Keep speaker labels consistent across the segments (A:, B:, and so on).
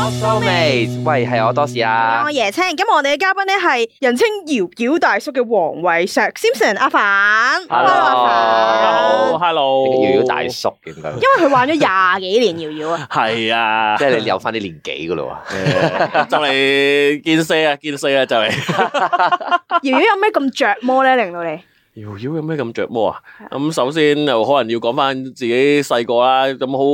A: Soulmates，喂，係我多士啊
B: 我。椰青，咁我哋嘅嘉賓咧係人稱搖搖大叔嘅黃偉碩 Simpson 阿凡
A: Hello，
B: 啊阿凡，
C: Hello，Hello，
A: 搖搖大叔點解？
B: 因為佢玩咗廿幾年搖搖 啊，
C: 係啊
A: 即，係你有翻啲年紀噶咯
C: 就嚟見四啊，見四啊，就嚟。
B: 搖搖啊有咩咁着魔咧，令到你？
C: 搖搖有咩咁着魔啊？咁首先又可能要講翻自己細個啦，咁好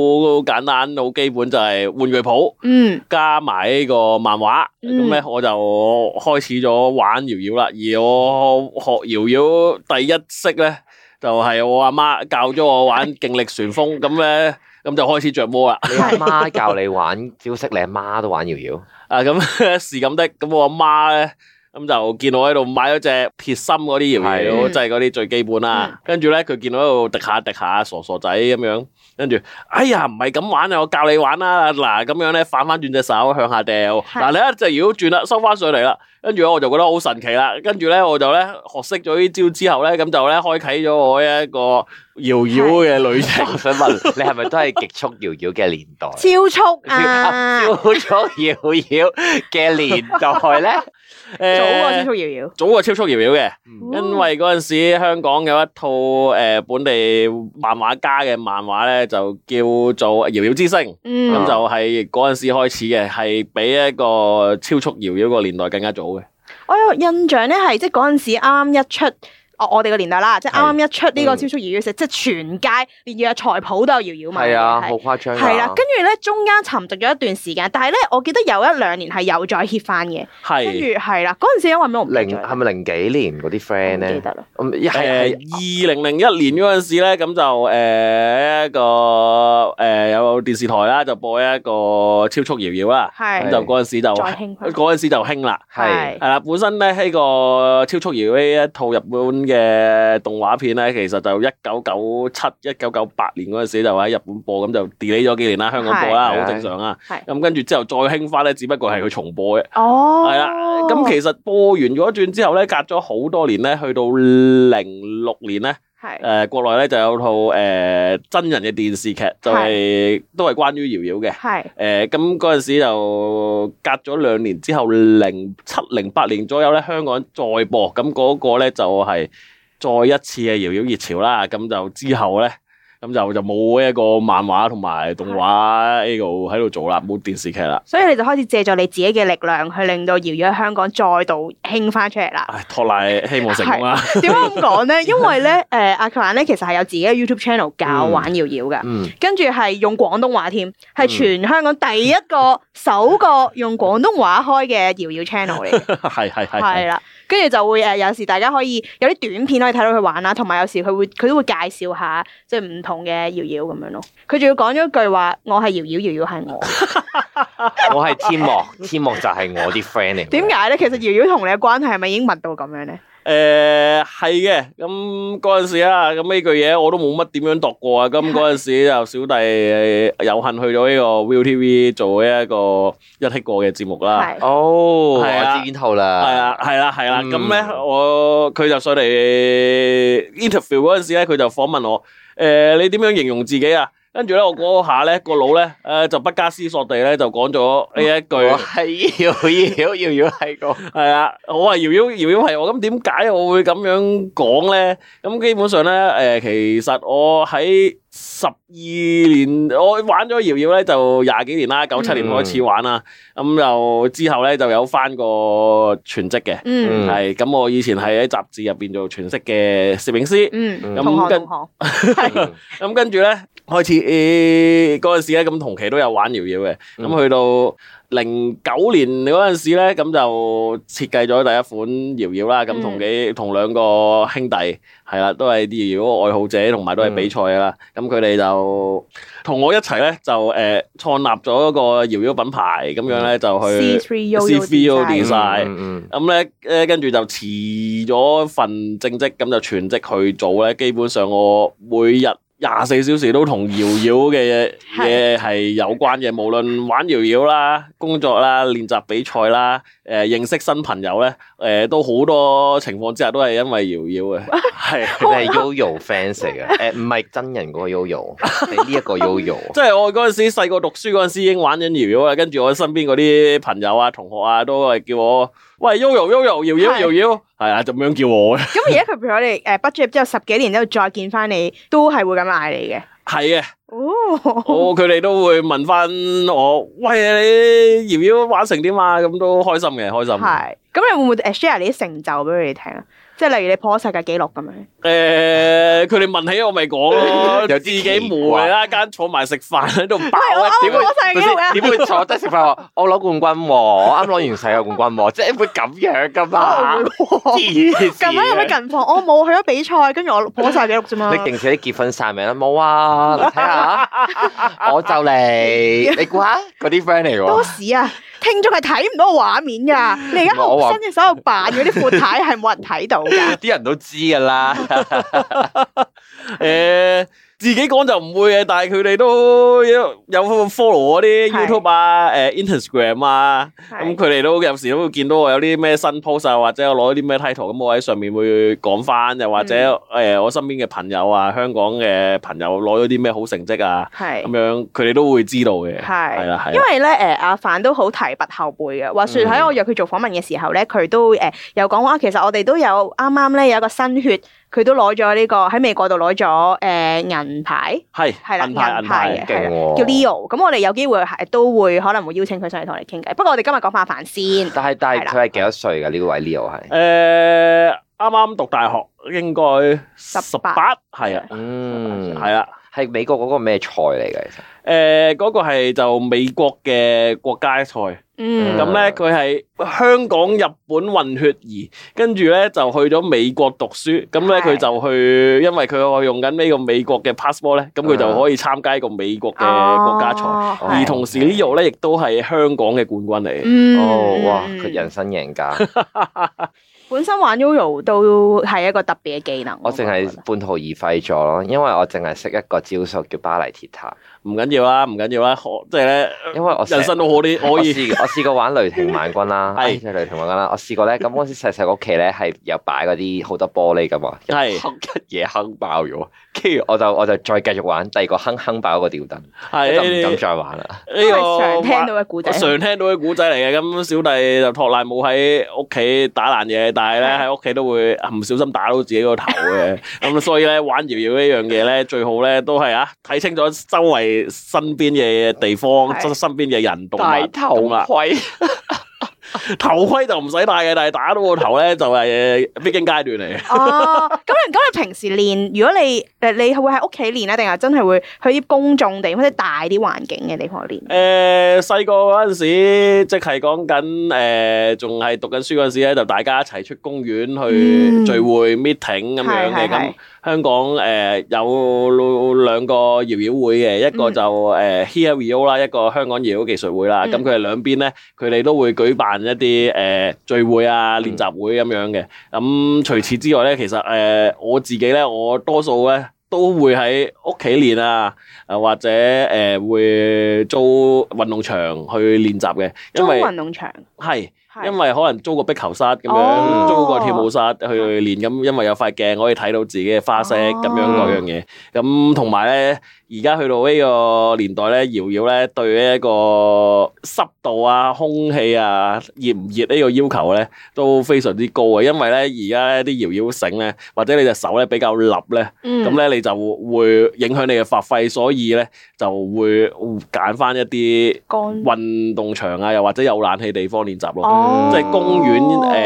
C: 簡單，好基本就係玩具鋪
B: 嗯，
C: 加埋呢個漫畫，
B: 嗯
C: 咁咧、我就開始咗玩搖搖啦。而我學搖搖第一式咧，就係、我阿媽教咗我玩勁力旋風，咁咧咁就開始着魔啦。
A: 喎。你阿媽教你玩招式，你阿媽都玩搖搖。
C: 啊咁 是咁的，咁我阿媽咧咁就見我喺度買咗隻鐵心嗰啲搖搖，
B: 係嗯
C: 即係嗰啲最基本啦。跟住咧佢見我喺度滴下滴下傻傻仔咁樣，跟住哎呀唔係咁玩啊，我教你玩啦嗱咁樣咧反翻轉隻手向下掉，嗱你一隻搖搖轉啦，收翻上嚟啦。跟住咧我就覺得好神奇啦，跟住咧我就咧學識咗呢招之後咧，咁就咧開啟咗我一個搖搖嘅旅程。
A: 我想問你係咪都係極速搖搖嘅年 代？
B: 超速啊，
A: 超速搖搖嘅年代咧，
B: 早啊，超
C: 誒
B: 速搖搖，
C: 早過超速搖搖嘅。因
B: 哦
C: 為嗰陣時香港有一套誒、呃本地漫畫家嘅漫畫咧，就叫做《搖搖之星》，咁、
B: 嗯
C: 就係嗰陣時開始嘅，係比一個超速搖搖個年代更加早嘅。
B: 我有哎印象咧，係即係嗰陣時啱啱一出。我我哋個年代啦，即係啱啱一出呢個
C: 嗯
B: 超速搖搖石，即係全街連藥材鋪都有搖搖賣嘅。
A: 係啊，
B: 係
A: 好誇張㗎。
B: 係啦，跟住咧中間沉寂咗一段時間，但係咧我記得有一兩年係有再 hit 翻嘅，跟住
C: 係
B: 係啦，嗰陣時因為咩我唔記得
A: 零係
B: 咗
A: 咪零幾年嗰啲 friend
B: 唔記
A: 咧？
B: 得啦，
A: 嗯一
C: 誒
A: 係
C: 呃二零零一年嗰陣時咧，咁就誒、一個誒、有電視台啦，就播一個超速搖搖啦，咁
B: 係
C: 就嗰陣時就
B: 再興翻
C: 嗰陣時就興啦。
A: 係
C: 係啦，本身咧喺個《超速搖》呢一套日本嘅動畫片咧，其實就一九九七、一九九八年嗰陣時就喺日本播，咁就 delay 咗幾年啦，香港播啦，
A: 係
C: 好正常啊
B: 係。
C: 咁跟住之後再興翻咧，只不過係佢重播嘅。
B: 哦，
C: 係啦，咁其實播完嗰轉之後咧，隔咗好多年咧，去到零六年咧，
B: 係
C: 誒國內咧就有套誒真人嘅電視劇，就係都係關於搖搖嘅。
B: 係
C: 誒呃咁嗰陣時就隔咗兩年之後，零七零八年左右咧，香港再播，咁嗰個咧就係、再一次嘅搖搖熱潮啦。咁就之後咧，咁就就冇一個漫畫同埋動畫呢度喺度做啦，冇電視劇啦。
B: 所以你就開始借助你自己嘅力量去令到搖搖喺香港再度興翻出嚟啦。
C: 唉，托賴希望成功啦。
B: 點解咁講 咧？因為咧，誒阿 Karen 咧其實係有自己嘅 YouTube channel 教玩搖搖噶，
A: 嗯，
B: 跟住係用廣東話添，係
A: 嗯
B: 全香港第一個首個用廣東話開嘅搖搖 channel 嚟嘅。
C: 係 係係
B: 係
C: 係。
B: 啦，跟住就會誒，有時大家可以有啲短片可以睇到佢玩啦，同埋有時佢會佢都會介紹下即係唔同嘅搖搖咁樣咯。佢仲要講咗一句話：我係搖搖，搖搖係 我。
A: 我係 天幕，天幕就係我啲 friend 嚟。
B: 點？解咧？其實搖搖同你嘅關係係咪已經密到咁樣咧？
C: 誒呃係嘅，咁嗰陣時啦，咁呢句嘢我都冇乜點樣讀過啊。咁嗰陣時就小弟有幸去咗呢個 ViuTV 做呢一個一剔過嘅節目啦。
B: 係
A: 哦，我
C: 係啊
A: 知邊套
C: 係
A: 啦。
C: 啊，係啦，係啦。
A: 嗯
C: 咁咧，我佢就上嚟 interview 嗰陣時咧，佢就訪問我，誒你點樣形容自己啊？跟住咧，我嗰下咧個腦咧，誒就不加思索地咧就講咗呢一句。
A: 我係搖搖搖搖係個。
C: 系啊，我話搖搖搖搖係我，咁點解我會咁樣講咧？咁基本上咧，诶、其實我喺十二年，我玩咗搖搖咧就廿幾年啦，九七年開始玩啦，咁、就之後咧就有翻個全職嘅，
B: 嗯
A: 嗯
C: 係咁、我以前係喺雜誌入边做全職嘅攝影師。
B: 嗯，
A: 嗯
B: 同行
C: 咁跟
B: 同行，
A: 嗯
C: 咁跟住咧，開始誒嗰陣時咧，咁同期都有玩搖搖嘅。咁、
A: 嗯
C: 去到零九年嗰陣時咧，咁就設計咗第一款搖搖啦。咁同幾同兩個兄弟係啦，都係啲搖搖愛好者，同埋都係比賽㗎啦。咁佢哋就同我一齊咧，就誒、呃、創立咗一個搖搖品牌，咁樣咧就
B: C
C: 去
B: three U
C: C3U
B: design
C: 其實係
A: 嗯
C: 咁咧，誒跟住就辭咗份正職，咁就全職去做咧。基本上我每日一廿四小時都同搖搖嘅嘢係有關嘅，無論玩搖搖啦、工作啦、練習比賽啦、誒、認識新朋友咧，誒、都好多情況之下都係因為 搖搖嘅，係。
A: 佢哋係 Yoyo fans 嚟嘅，誒唔係真人嗰個 Yoyo，係呢一個 Yoyo。
C: 即係我嗰陣時細個讀書嗰陣時已經玩緊搖搖啦，跟住我身邊嗰啲朋友啊、同學啊都係叫我喂 Yoyo Yoyo 搖搖
B: 係
C: 搖搖，係啊咁樣叫我嘅，
B: 咁而家佢譬如我哋誒畢咗業之後十幾年之後再見翻你，都係會咁嗌你嘅。
C: 係嘅。
B: 哦，
C: 我佢哋都會問翻我，喂你搖搖玩成點啊？咁都開心嘅，開心。
B: 係。咁你會唔會誒 share 你啲成就俾佢哋聽啊？即係例如你破咗世界紀錄咁樣。
C: 誒、佢哋問起我咪講咯，
A: 有啲
C: 自己
A: 奇
C: 無
A: 怪
C: 啦間坐埋食飯喺度 爆
B: 喂我
C: 啊！
B: 啱
C: 點
B: 啱
C: 會
B: 破世界紀錄啊！
A: 點會坐低食飯話我攞冠軍喎？我啱攞完世界冠軍喎，即係會咁樣噶 嘛？黐線
B: 近排有咩近況？我冇去咗比賽，跟住我破晒紀錄啫嘛。
A: 你勁似啊啲結婚晒命啦，冇啊！你睇 下，我就 嚟，你估下嗰啲 friend 嚟喎。
B: 多士啊！聽眾係睇唔到個畫面噶，你而家
A: 唔係我
B: 好
A: 話
B: 新嘅手喺度扮嗰啲闊太係冇人睇到㗎。
A: 啲人都知㗎啦，
C: 誒、自己講就唔會嘅，但係佢哋都有有 follow 我啲
B: 係
C: YouTube 啊、誒、Instagram 啊，咁
B: 係
C: 佢哋都有時都會見到我有啲咩新 post 啊，或者我攞啲咩 title，咁我喺上面會講翻，又或者誒、
A: 嗯
C: 我身邊嘅朋友啊、香港嘅朋友攞咗啲咩好成績啊，咁
B: 係
C: 樣佢哋都會知道嘅，
B: 係
C: 係啦係
B: 因
C: 啦，
B: 為咧，誒阿凡都好提拔後輩嘅。話説喺我約佢做訪問嘅時候咧，佢都誒有講話，啊其實我哋都有啱啱咧有一個新血，佢都攞咗呢個喺美國度攞咗誒銀牌，
C: 係
B: 係啦
C: 銀牌
B: 銀牌
C: 銀
B: 嘅
C: 牌
A: 勁喎
B: 叫 Leo。咁我哋有機會係都會可能會邀請佢上嚟同我哋傾偈。不過我哋今日講翻阿凡先，
A: 但係但係
B: 係啦
A: 佢係幾多歲㗎？呢位 Leo 係，
C: 誒啱啱讀大學應該
B: 十
C: 十
B: 八
C: 八，係啊，
A: 嗯，
C: 係啊。
A: 係美國嗰個咩賽嚟嘅？其實
C: 誒嗰、個係就美國嘅國家賽，咁
B: 嗯，
A: 咁
C: 咧佢係香港日本混血兒，跟住咧就去咗美國讀書，咁咧
B: 係
C: 佢就去，因為佢用緊呢個美國嘅 passport 咧，咁佢就可以參加一個美國嘅國家賽。
B: 哦
A: 而
C: 而
B: 係
C: 同時呢度咧，亦都係香港嘅冠軍嚟。
B: 嗯
A: 哦，哇！
B: 嗯
A: 佢人生贏 家，
B: 本身玩 Yoyo 都係一個特別嘅技能。
A: 我淨係
B: 覺得
A: 半途而廢咗咯，因為我淨係識一個招數叫巴黎鐵塔，
C: 唔緊要啊啦，唔緊要啦，可即係咧，
A: 因為我成
C: 人生都好啲，
A: 我
C: 可以
A: 試 我試過玩雷霆萬軍啦，哎
C: 係
A: 係雷霆萬軍啦。我試過咧，咁嗰陣時細細個屋企咧係有擺嗰啲好多玻璃噶 嘛，
C: 係
A: 坑一嘢坑爆咗，跟住我就我就再繼續玩第二個坑坑爆個吊燈，
C: 係
A: 就唔敢
C: 呢
A: 再玩啦。
B: 因為
C: 個
B: 常聽到嘅故仔
C: 我，常聽到啲古仔嚟嘅，咁小弟就托賴冇喺屋企打爛嘢，但係咧
B: 係
C: 喺屋企都會啊唔小心打到自己個 頭嘅，咁所以咧玩搖搖呢樣嘢咧，最好咧都係啊睇清楚周圍身邊嘅地方，
B: 係
C: 身身邊嘅人動物
A: 戴頭
C: 咁啦。
A: 盔，
C: 頭盔就唔使戴嘅，但係打到個頭咧就係必經階段嚟嘅。
B: 哦，咁你咁你平時練，如果你誒你會喺屋企練咧，啊定係真係會去啲公眾地方，即係大啲環境嘅地方練？
C: 誒呃細個嗰陣時，即係講緊誒，仲係讀緊書嗰陣時咧，就大家一齊出公園
B: 嗯
C: 去聚會 meeting 咁樣
B: 係係係
C: 嘅。咁香港誒有兩個搖搖會嘅，一個
B: 嗯
C: 就誒 Here We Go 啦，一個香港搖搖技術會啦。
B: 嗯
C: 咁佢哋兩邊咧，佢哋都會舉辦一啲誒聚會啊、
B: 嗯
C: 練習會咁樣嘅。咁除此之外咧，其實誒我自己咧，我多數咧都會喺屋企練啊。誒或者誒、呃、會租運動場去練習嘅，因
B: 中
C: 為
B: 運動場，
C: 係
B: 係
C: 因為可能租個壁球室咁樣，
B: 哦
C: 租個跳舞室去練，咁因為有塊鏡可以睇到自己嘅花式
B: 哦
C: 咁、樣嗰樣嘢，咁同埋咧而家去到呢個年代咧，搖搖咧對呢一個濕度啊、空氣啊、熱唔熱呢個要求咧都非常之高啊嘅，因為咧而家咧啲搖搖繩咧或者你隻手咧比較立咧。
B: 嗯，
C: 咁咧你就會影響你嘅發揮，所以咧就會揀翻一啲
B: 乾
C: 運動場啊，又或者有冷氣地方練習咯。
B: 哦，
C: 即係公園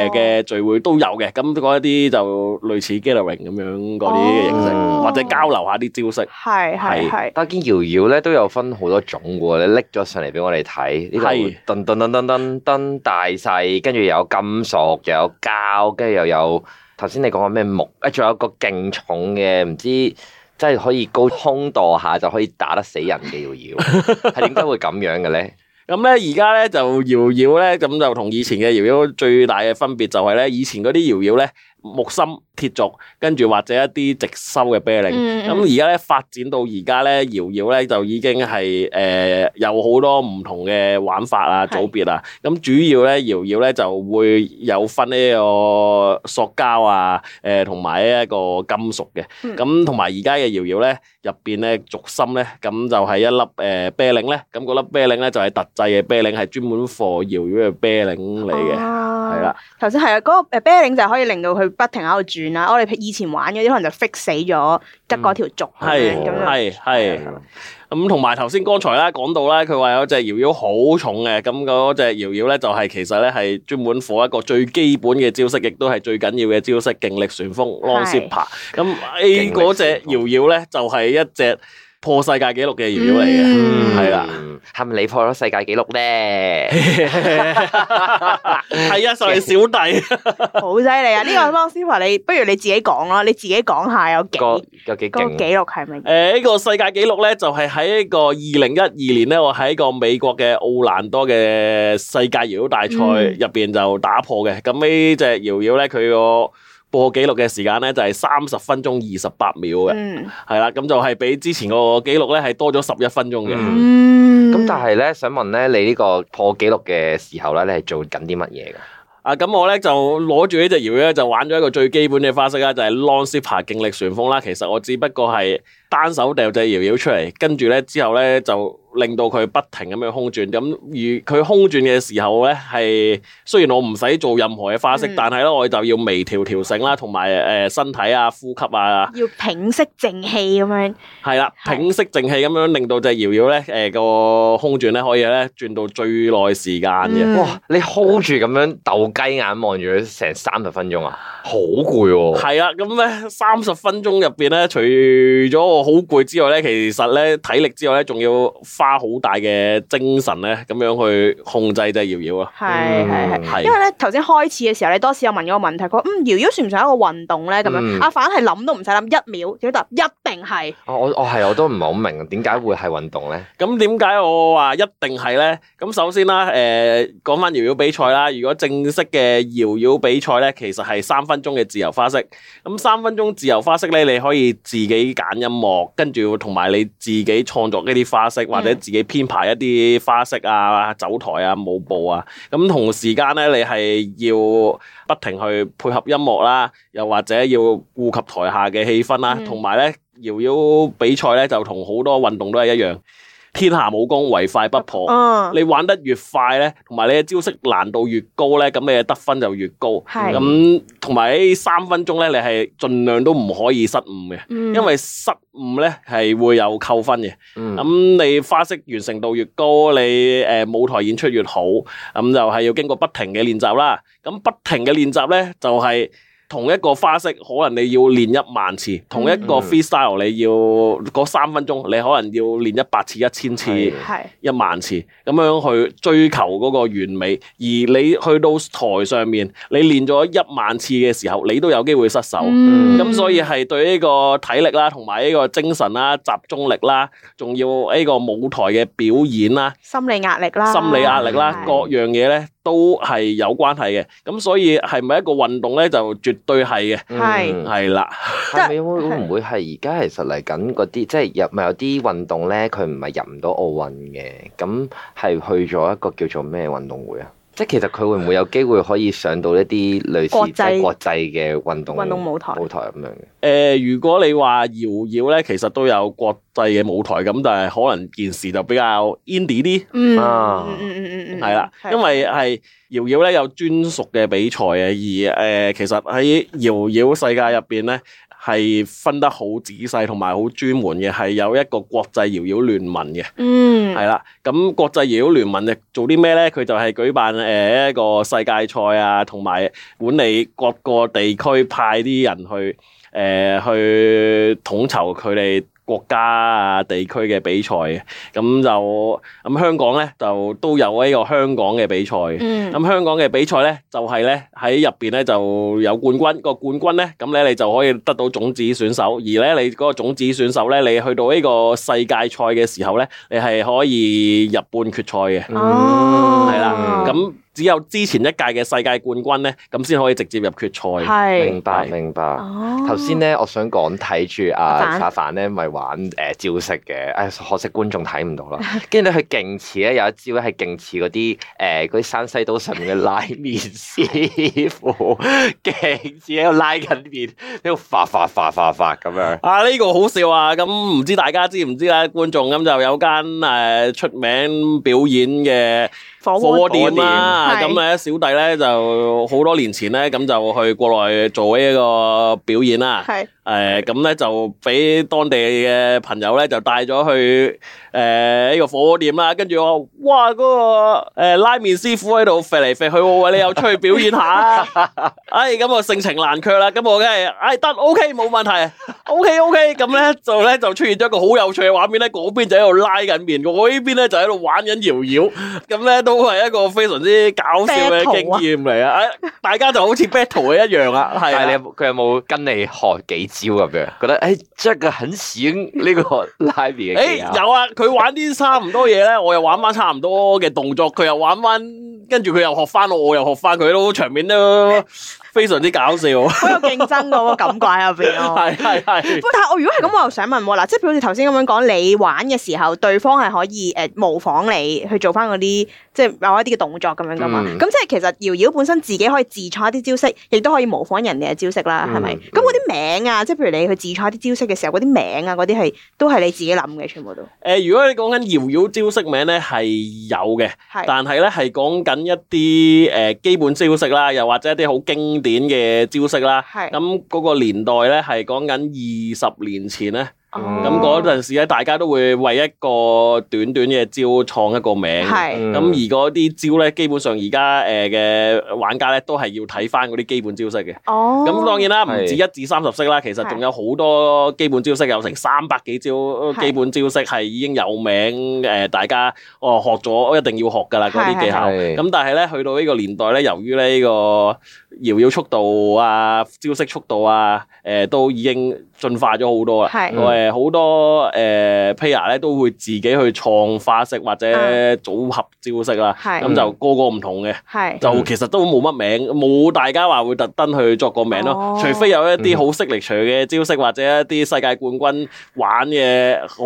C: 誒嘅聚會都有嘅，咁嗰一啲就類似 gathering 咁樣嗰啲嘅形式，
A: 哦
C: 或者交流下啲招式。
B: 係係
C: 係
B: 係。
A: 但見搖搖咧都有分好多種嘅喎，你拎咗上嚟俾我哋睇，呢
C: 係
A: 度噔噔噔噔噔噔大細，跟住又有金屬，又有膠，跟住又有頭先你講嘅咩木，啊仲有個勁重嘅，唔知即係可以高空墮下就可以打得死人嘅搖搖，係點解會咁樣嘅咧？
C: 咁咧而家咧就搖搖咧，咁就同以前嘅搖搖最大嘅分別就係咧，以前嗰啲搖搖咧唔木芯、鐵軸，跟住或者一啲直收嘅啤令。
B: 嗯嗯
C: 咁而家咧發展到而家咧，搖搖咧就已經係誒、呃有好多唔同嘅玩法啊、
B: 係
C: 組別啊。咁主要咧搖搖咧就會有分呢個塑膠啊、誒同埋呢一個金屬嘅。
B: 嗯
C: 咁同埋而家嘅搖搖咧入邊咧軸心咧，咁就係一粒誒、呃啤令咧。咁嗰粒啤令咧就係特製嘅啤令，係專門 for 搖搖嘅啤令嚟嘅，係
B: 係
C: 啦、。
B: 哦頭先係啊，嗰、個誒啤鈴就可以令到佢不停喺度轉啦。我哋以前玩嗰啲可能就 fix 死咗，得嗰條軸咁
C: 係
B: 樣
A: 嗯
B: 咁樣。
C: 係係咁，同埋頭先剛才啦講到啦，佢話有隻搖搖好重嘅，咁嗰隻搖搖咧就係、其實咧係專門火一個最基本嘅招式，亦都係最緊要嘅招式勁力旋風 long zipper。咁 A 嗰隻搖搖咧就係、一隻破世界紀錄嘅搖搖嚟嘅。
B: 嗯
C: 係啦
A: 系咪你破咗世界紀錄咧？
C: 係啊，就係小弟，
B: 好犀利啊！呢、個 Long s i p e r 你不如你自己講啦，你自己講下有幾
A: 個有幾
B: 個
A: 勁？啊
B: 記錄係咪？
C: 誒呢個世界紀錄咧，就係喺一個二零一二年咧，我喺一個美國嘅奧蘭多嘅世界搖搖大賽
B: 嗯
C: 入邊就打破嘅。咁呢只搖搖咧，佢個播紀錄嘅時間咧就係三十分鐘二十八秒嘅，
B: 嗯
C: 係啦，咁就係比之前個紀錄咧係多咗十一分鐘嘅。
A: 嗯
B: 嗯
A: 咁但係咧，想問咧，你呢個破紀錄嘅時候咧，你係做緊啲乜嘢㗎？
C: 啊，咁我咧就攞住呢只搖搖咧，就玩咗一個最基本嘅花式啦，就係 long zipper 勁力旋風啦。其實我只不過係單手掉隻搖搖出嚟，跟住咧之後咧就令到佢不停咁樣空轉。咁而佢空轉嘅時候咧，係雖然我唔使做任何嘅花式，
B: 嗯
C: 但係咧我就要微調調整啦，同埋誒身體啊、呼吸啊，
B: 要平息正氣咁樣，
C: 係啦，
B: 係
C: 平息靜氣咁樣令到隻搖搖咧誒個空轉咧可以咧轉到最耐時間嘅。
B: 嗯
A: 哇！你 hold 住咁樣鬥雞眼望住佢成三十分鐘啊，好攰喎！
C: 係啦，啊咁咧三十分鐘入邊咧，除咗我好攰之外咧，其實咧體力之外咧，仲要花好大嘅精神咧，咁樣去控制隻搖搖啊。
B: 係係係。
C: 係
B: 因為咧頭先開始嘅時候咧，多士有問咗個問題，佢話嗯搖搖算唔算一個運動咧？咁
A: 嗯
B: 樣阿反係諗都唔使諗一秒，小答一定係。
A: 啊我我係我都唔係好明點解會係運動咧？
C: 咁點解我話一定係咧？咁首先啦，誒、講翻搖搖比賽啦。如果正式嘅搖搖比賽咧，其實係三分鐘嘅自由花式。咁三分鐘自由花式咧，你可以自己揀音樂，跟住同埋你自己創作一啲花式，或者自己編排一啲花式啊、走台啊、舞步啊。咁同時間咧，你係要不停去配合音樂啦，又或者要顧及台下嘅氣氛啦，
B: 嗯
C: 同埋咧搖搖比賽咧就同好多運動都係一樣，天下武功唯快不破。
B: 嗯，
C: 哦你玩得越快咧，同埋你嘅招式難度越高咧，咁你嘅得分就越高。
B: 係
C: 咁同埋呢三分鐘咧，你係盡量都唔可以失誤嘅，
B: 嗯
C: 因為失誤咧係會有扣分嘅。
A: 嗯
C: 咁、你花式完成度越高，你誒、呃舞台演出越好，咁就係要經過不停嘅練習啦。咁不停嘅練習咧，就係、同一個花式，可能你要練一萬次；同一個
A: 嗯
C: freestyle，你要嗰三分鐘，你可能要練一百次、一千次、
A: 係
B: 係
C: 一萬次，咁樣去追求嗰個完美。而你去到台上面，你練咗一萬次嘅時候，你都有機會失手。
A: 嗯
C: 咁所以係對呢個體力啦，同埋呢個精神啦、集中力啦，仲要呢個舞台嘅表演啦、
B: 心理壓力啦，
C: 心理壓力啦
A: 啊係，
C: 各樣嘢咧都係有關係嘅。咁所以係咪一個運動咧，就絕對係嘅，
B: 係
A: 嗯
C: 係啦。
A: 係咪會會唔會係而家其實嚟緊嗰啲，即係入咪有啲運動咧，佢唔係入唔到奧運嘅，咁係去咗一個叫做咩運動會啊？即係其實佢會唔會有機會可以上到一啲類似
B: 國際
A: 即係國際嘅運動
B: 運動舞台
A: 舞台咁樣嘅？
C: 誒、如果你話搖搖咧，其實都有國際嘅舞台咁，但係可能件事就比較 indie 啲，
B: 嗯，
A: 啊
B: 嗯嗯嗯嗯嗯，
C: 係啦，因為係搖搖咧有專屬嘅比賽嘅，而誒、其實喺搖搖世界入邊咧係分得好仔細同埋好專門嘅，係有一個國際搖搖聯盟嘅。
B: 嗯
C: 係啦，咁國際搖搖聯盟就做啲咩咧？佢就係舉辦誒、一個世界賽啊，同埋管理各個地區派啲人去誒、去統籌佢哋國家啊地區嘅比賽嘅。咁就咁香港咧就都有呢個香港嘅比賽嘅。
B: 嗯
C: 咁香港嘅比賽咧，就係咧喺入邊咧就有冠軍，個冠軍咧咁咧你就可以得到種子選手，而咧你嗰個種子選手咧，你去到呢個世界賽嘅時候咧，你係可以入半決賽嘅，
A: 嗯
B: 哦
C: 係啦。咁只有之前一屆嘅世界冠軍咧，咁先可以直接入決賽。
B: 係
A: 明白
C: 係
A: 明白。
B: 哦
A: 頭先咧，我想講睇住
B: 阿
A: 阿
B: 凡
A: 阿凡咧，咪玩誒招式嘅，唉，可惜觀眾睇唔到啦。跟住咧，佢勁似咧有一招咧係勁似嗰啲誒嗰啲山西刀上面嘅拉麵師傅， 勁似喺度拉緊麵，喺度發發發發發咁樣。
C: 啊！呢、個好笑啊！咁唔知大家知唔知啦？觀眾咁就有間誒、呃出名表演嘅
B: 火
C: 火
B: 鍋
C: 鍋店啦。
B: 火鍋店
C: 咁咧小弟咧就好多年前咧咁就去國內做呢個表演啦。
B: 係
C: 誒咁咧就俾當地嘅朋友咧就帶咗去誒呢個火鍋店啦，跟住我話哇嗰、個、呃、拉麵師傅喺度肥嚟肥去喎，喂你又出去表 演下啊！唉咁、我性情難卻啦，咁我梗係唉得 OK 冇問題，OK OK 咁咧就咧就出現咗一個好有趣嘅畫面咧，嗰邊就喺度拉緊麵，我呢邊咧就喺度玩緊搖搖，咁咧都係一個非常之搞笑嘅
B: Battle 啊
C: 經驗嚟啊！唉大家就好似 battle 嘅一 樣啊，係
A: 但係
C: 啊
A: 你有冇佢有冇跟你學幾招咁樣？覺得誒，即係很閃呢個拉麵嘅
C: 诶、
A: 技巧。
C: 有啊，佢玩啲差唔多嘢咧，我又玩翻差唔多嘅動作，佢又玩翻，跟住佢又學翻我，我又學翻佢咯，場面都非常之搞笑。
A: 哦
C: 係
B: 好有競爭嗰個感覺喺入邊哦咯。
C: 係係，
B: 不過但係我如果係咁，我又想問喎，嗱，即係譬如好似頭先咁樣講，你玩嘅時候，對方係可以誒、呃模仿你去做翻嗰啲即係某一啲嘅動作咁樣噶嘛？
A: 嗯
B: 咁、即係其實搖搖本身自己可以自創一啲招式，亦都可以模仿人哋嘅招式啦，係咪？
A: 嗯
B: 咁嗰啲名啊，即係譬如你去自創一啲招式嘅時候，嗰啲名啊，嗰啲係都係你自己諗嘅，全部都
C: 诶、如果你講緊搖搖招式名咧係有嘅，
B: 係
C: 但係咧係講緊一啲诶、呃基本招式啦，又或者一啲好經典嘅招式啦。
B: 係
C: 咁嗰個年代咧係講緊二十年前咧，
B: 哦
A: 嗯
C: 咁嗰陣時咧大家都會為一個短短嘅招創一個名。
A: 嗯
C: 嗯
B: 係
C: 咁而嗰啲招咧，基本上而家誒嘅玩家咧，都係要睇翻嗰啲基本招式嘅。
B: 哦，
C: 咁當然啦，唔
A: 係
C: 止一至三十式啦，其實
B: 係
C: 仲有好多基本招式，有成三百幾招呃
B: 係
C: 基本招式係已經有名誒、呃大家哦學咗一定要學㗎啦嗰啲技巧。
A: 係係係
C: 哎咁但係咧，去到呢個年代咧，由於呢個搖搖速度啊、招式速度啊，誒、都已經進化咗好多啦。
B: 係
C: 我誒好多誒 player 咧都會自己去創花式或者
B: 嗯
C: 組合招式啦，
B: 係
C: 咁就個個唔同嘅。
B: 係
C: 就其實都冇乜名，冇大家話會特登去作個名咯。
B: 哦
C: 除非有一啲好識力除嘅招式，或者一啲世界冠軍玩嘅好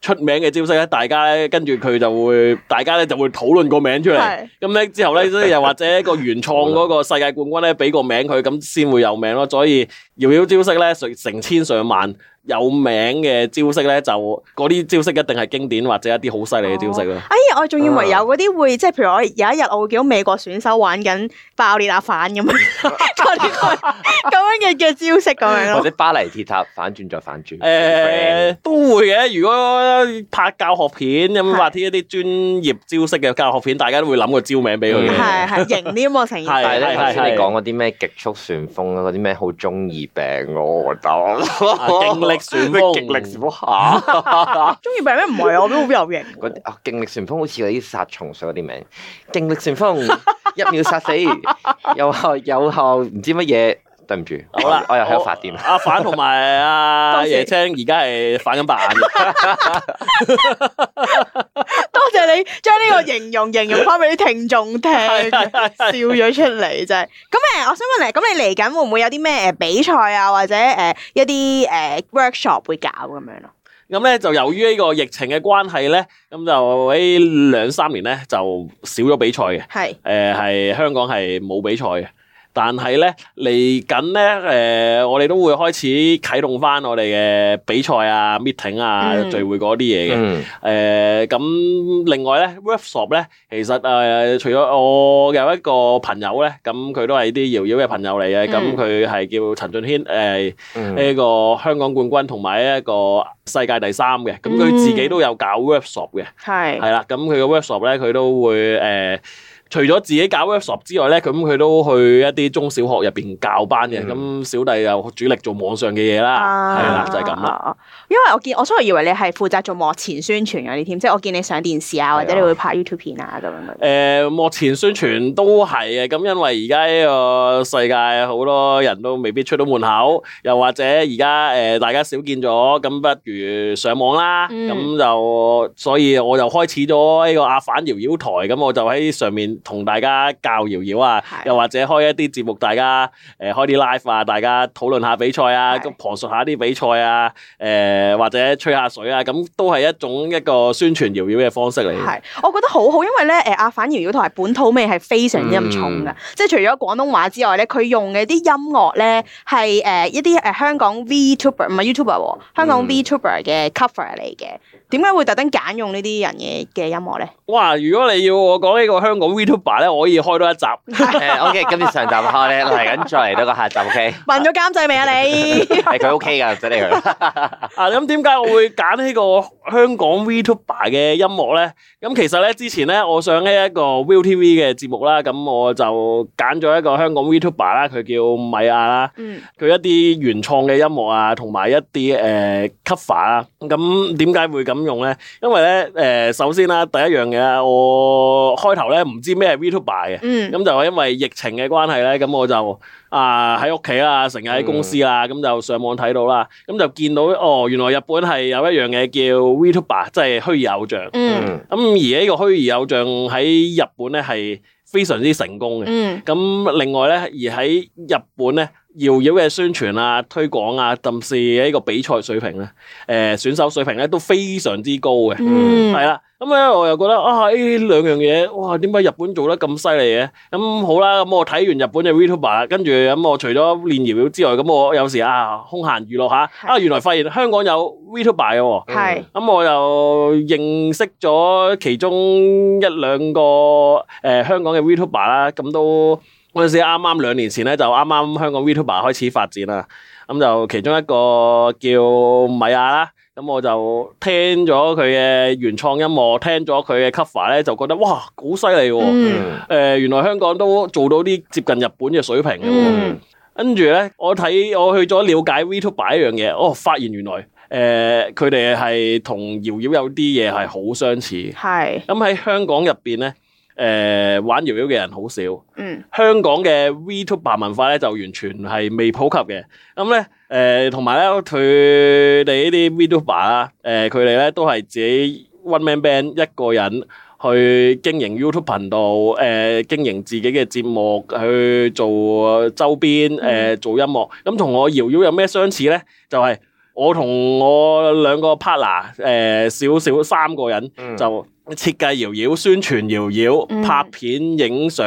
C: 出名嘅招式咧，大家咧跟住佢就會，大家咧就會討論個名出嚟。
B: 係
C: 咁咧之後咧，即係又或者個原創嗰個世界冠軍咧，俾個名佢，咁先會有名咯。所以搖搖招式咧，成成千上萬有名嘅招式咧，就嗰啲招式一定係經典或者一啲好犀利嘅招式咯。
B: 哎呀，我仲以為有嗰啲會，即係譬如我有一日我會見到美國選手玩緊爆裂阿反咁樣，嗰啲咁樣嘅嘅招式咁樣
A: 或
B: 咯。
A: 者巴黎鐵塔反轉再反轉。
C: 誒、都會嘅。如果呃拍教學片咁，
B: 係
C: 或者一啲專業招式嘅教學片，大家都會諗個招名俾佢
A: 嗯
C: 嘅。
B: 係係型啲咁啊，成件
C: 係
B: 事
A: 但係咧，
C: 係
A: 頭先你
C: 係
A: 講嗰啲咩極速旋風啊，嗰啲咩好中二病，我覺得
C: 啊勁力旋風
A: 哦咩極力旋風嚇
B: 中意病咩？唔係啊我都好有型。
A: 嗰啲啊，勁力旋風好似嗰啲殺蟲水嗰啲名，勁力旋 風一秒殺死，有效有效唔知乜嘢，對唔住，
C: 好啦，
A: 我又喺度發癲
C: 我。阿反同埋阿
B: 多謝
C: 椰青而家係反緊白眼嘅。
B: 多謝你將呢個形容形容翻俾啲聽眾聽，笑咗出嚟真係。咁誒，我想問你，咁你嚟緊會唔會有啲咩誒比賽啊，或者誒一啲誒 workshop 會搞咁樣咯？
C: 咁咧就由於呢個疫情嘅關係咧，咁就呢兩三年咧就少咗比賽嘅。
B: 係
C: 誒係香港係冇比賽嘅，但係咧嚟緊咧誒，我哋都會開始啟動翻我哋嘅比賽啊、meeting 啊、
B: 嗯
C: 聚會嗰啲嘢嘅。
A: 嗯，
C: 誒咁、另外咧，workshop 咧，其實誒、呃除咗我有一個朋友咧，咁佢都係啲搖搖嘅朋友嚟嘅，咁
B: 嗯
C: 佢係叫陳俊軒誒。呃
A: 嗯
C: 呢個香港冠軍同埋一個世界第三嘅，咁佢自己都有搞 workshop 嘅，
B: 係
C: 係啦，咁佢嘅 workshop 咧，佢都會誒、呃除咗自己搞 workshop 之外咧，咁佢都去一啲中小學入邊教班嘅，咁、小弟又主力做網上嘅嘢
B: 啊
C: 啦，啊係啦、就係咁啦。
B: 啦。因為我見我初頭以為你係負責做幕前宣傳嗰啲添，即係我見你上電視啊，或者你會拍 YouTube 片啊咁樣。
C: 誒、幕呃前宣傳都係嘅，咁因為而家呢個世界好多人都未必出到門口，又或者而家誒大家少見咗，咁不如上網啦。咁、
B: 嗯
C: 就所以我就開始咗呢個阿反搖搖台，咁我就喺上面同大家教搖搖啊，
B: 係
C: 又或者開一啲節目，大家誒、呃、開啲 live 啊，大家討論下比賽啊，
B: 係
C: 咁旁述下啲比賽啊，誒、或者吹下水啊，咁都係一種一個宣傳搖搖嘅方式嚟。
B: 係，我覺得好好，因為咧，誒阿反搖搖同埋本土味係非常之咁重嘅，即係除咗廣東話之外咧，佢用嘅啲音樂咧係誒一啲誒香港 VTuber 唔係 YouTuber 喎，香港
A: 嗯
B: VTuber 嘅 cover 嚟嘅。點解會特登揀用呢啲人嘅嘅音樂咧？
C: 哇！如果你要我講呢個香港 Vtuber 咧，我可以開多一集。
A: 誒 OK，今次上集開咧，嚟緊再嚟多個下集 OK，
B: 問咗監製未啊你？
A: 係佢 OK 㗎，唔使理佢。
C: 啊，咁點解我會揀呢個香港 Vtuber 嘅音樂咧？咁其實咧，之前咧，我上呢一個 ViuTV 嘅節目啦，咁我就揀咗一個香港 Vtuber 啦，佢叫米亞啦。
B: 嗯，
C: 佢一啲原創嘅音樂啊，同埋一啲誒、呃 cover 啊，咁點解會咁用咧？因為咧誒、呃首先啦，第一樣嘢，我開頭咧唔知咩係 VTuber 嘅，
B: 嗯，
C: 咁就係因為疫情嘅關係咧，咁我就啊喺屋企啦，成日喺公司啦，咁就上網睇到啦，咁就見到哦，原來日本係有一樣嘢叫 VTuber，即係虛擬偶像。
B: 嗯，
A: 嗯
C: 咁而呢個虛擬偶像喺日本咧係非常之成功嘅。
B: 嗯，
C: 咁另外咧，而喺日本咧，搖搖嘅宣傳啊、推廣啊，甚至呢個比賽水平咧，誒、選手水平咧都非常之高嘅，
B: 嗯，
C: 係啦、咁咧我又覺得啊，呢兩樣嘢，哇，點解日本做得咁犀利嘅？咁好啦，咁我睇完日本嘅 VTuber 啦，跟住咁我除咗練搖搖之外，咁我有時啊空閒娛樂下，啊原來發現香港有 VTuber 嘅喎。
B: 係，
C: 咁我又認識咗其中一兩個誒、呃香港嘅 Vtuber 啦，咁都嗰陣時啱啱兩年前咧，就啱啱香港 Vtuber 開始發展啦。咁就其中一個叫米亞啦，咁我就聽咗佢嘅原創音樂，聽咗佢嘅 cover 咧，就覺得哇好犀利喎！誒、
B: 嗯，
C: 原來香港都做到啲接近日本嘅水平嘅喎。
B: 嗯，
C: 跟住咧，我睇我去咗了解 Vtuber 一樣嘢，哦，發現原來誒呃佢哋係同搖搖有啲嘢係好相似。咁
B: 係，
C: 喺香港入邊咧，誒、玩搖搖嘅人好少，
B: 嗯，
C: 香港嘅 Vtuber 文化咧就完全係未普及嘅。咁咧。誒同埋咧，佢哋呢啲 Vtuber 啦，誒呃佢哋咧都係自己 one man band 一個人去經營 YouTube 頻道，誒、經營自己嘅節目，去做周邊，誒、做音樂。咁同我搖搖有咩相似咧？就係、我同我兩個 partner，誒、少少三個人、
A: 嗯
C: 就設計搖搖、宣傳搖搖、
B: 嗯
C: 拍片、影相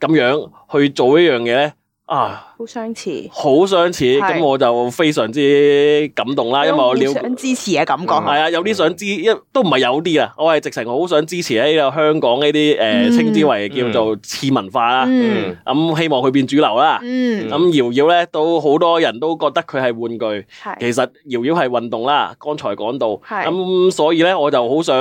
C: 咁樣去做一樣嘢咧啊！
B: 好相似，
C: 好相似，
B: 係
C: 咁我就非常之感動啦，因為我
B: 有
C: 了
B: 互相支持嘅感覺
A: 嗯
C: 係啊，有啲想支，一都唔係有啲啊，我係直情好想支持呢個香港呢啲
B: 嗯
C: 誒稱之為叫做次文化啦，咁、
B: 嗯，
C: 希望佢變主流啦。
B: 嗯，
C: 咁搖搖咧都好多人都覺得佢係玩具，
B: 嗯係，
C: 啊嗯其實搖搖係運動啦，剛才講到，
B: 係
C: 咁所以咧我就好想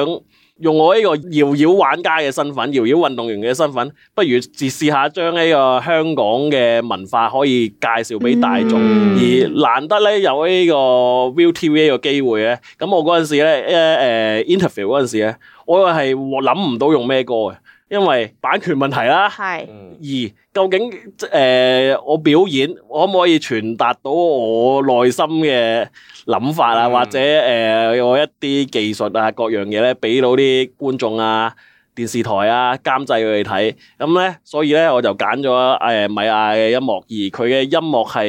C: 用我呢個搖搖玩家嘅身份，搖搖運動員嘅身份，不如試試下將呢個香港嘅文化可以介紹俾大眾。
B: 嗯
C: 而難得咧有呢個 ViuTV 呢個機會咧，咁我嗰陣時咧誒誒 interview 嗰陣時咧，我係諗唔到用咩歌嘅，因為版權問題啦。
B: 係，
A: 嗯
C: 而究竟誒、呃我表演我可唔可以傳達到我內心嘅諗法啊，
A: 嗯
C: 或者誒、呃我一啲技術啊各樣嘢咧，俾到啲觀眾啊、電視台啊、監製佢哋睇。咁咧，所以咧我就揀咗誒米亞嘅音樂，而佢嘅音樂係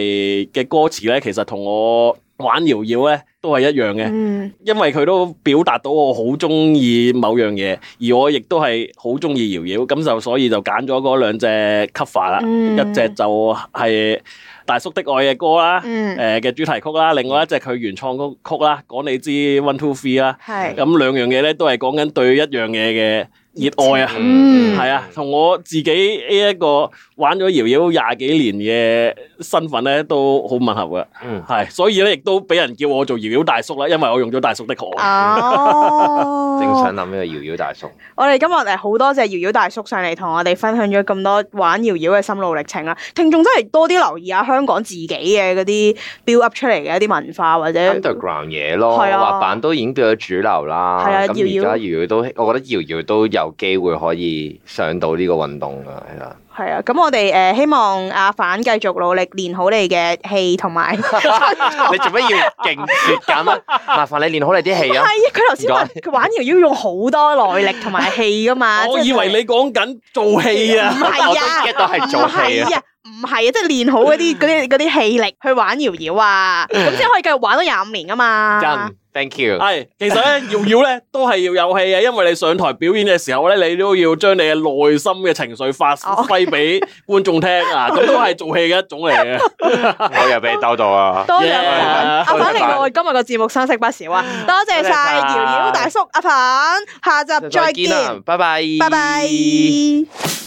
C: 嘅歌詞咧，其實同我玩搖搖咧都係一樣嘅。
B: 嗯，
C: 因為佢都表達到我好中意某樣嘢，而我亦都係好中意搖搖，咁就所以就揀咗嗰兩隻 cover 啦，
B: 嗯
C: 一隻就係大叔的愛嘅歌啦，誒嘅、
B: 嗯，
C: 主題曲啦，另外一隻佢原創曲曲啦，講你知 One Two Three 啦，
B: 係。
C: 咁兩樣嘢咧都係講緊對一樣嘢嘅熱愛啊。
B: 嗯
C: 係啊，同我自己呢一個玩咗搖搖廿幾年嘅身份咧，都好吻合嘅。
A: 嗯
C: 係，所以咧亦都俾人叫我做搖搖大叔啦，因為我用咗大叔的確。
B: 哦，
A: 正想諗呢個搖搖大叔，
B: 我哋今日誒好多謝搖搖大叔上嚟同我哋分享咗咁多玩搖搖嘅心路歷程啦，聽眾真係多啲留意下香港自己嘅嗰啲 build up 出嚟嘅一啲文化或者
A: underground 嘢咯，
B: 係啊
A: 滑板都已經變咗主流啦。
B: 係啊
A: 咁
B: 搖搖
A: 而家搖搖都，我覺得搖搖都有機會可以上到呢個運動啊，係啦。
B: 系啊，咁我哋诶希望阿反繼續努力練好你嘅戲同埋，係
A: 你做咩要勁說咁啊？ 麻煩你練好你啲 戲啊！
B: 啊，佢頭先話
A: 唔
B: 佢玩搖搖用好多耐力同埋氣 噶嘛，
C: 我
B: 啊即係
C: 以為你講緊做戲
B: 唔
C: 啊，
A: 我
B: 係
A: 都
B: 啊
A: get 到係做戲
B: 唔
A: 啊！
B: 係啊，唔係啊，即係練好嗰 啲嗰啲嗰啲氣力去玩搖搖啊，咁先可以繼續玩到廿五年噶嘛。
A: 真，thank you。
C: 係其實咧，瑤瑤咧都係要有戲嘅，因為你上台表演嘅時候咧，你都要將你嘅內心嘅情緒發
B: 哦
C: 揮俾觀眾聽啊，咁都係做戲嘅一種嚟嘅。
A: 我又俾你兜到啊！
B: 多謝
C: Yeah，
B: 阿
A: 多謝
B: 反，令
A: 阿
B: 到
A: 反
B: 我哋今日個節目生色不 少啊！多謝
A: 多謝晒
B: 晒搖搖大叔阿反，下集再
A: 見啦啊
B: 見，，
A: 拜拜，
B: 拜拜。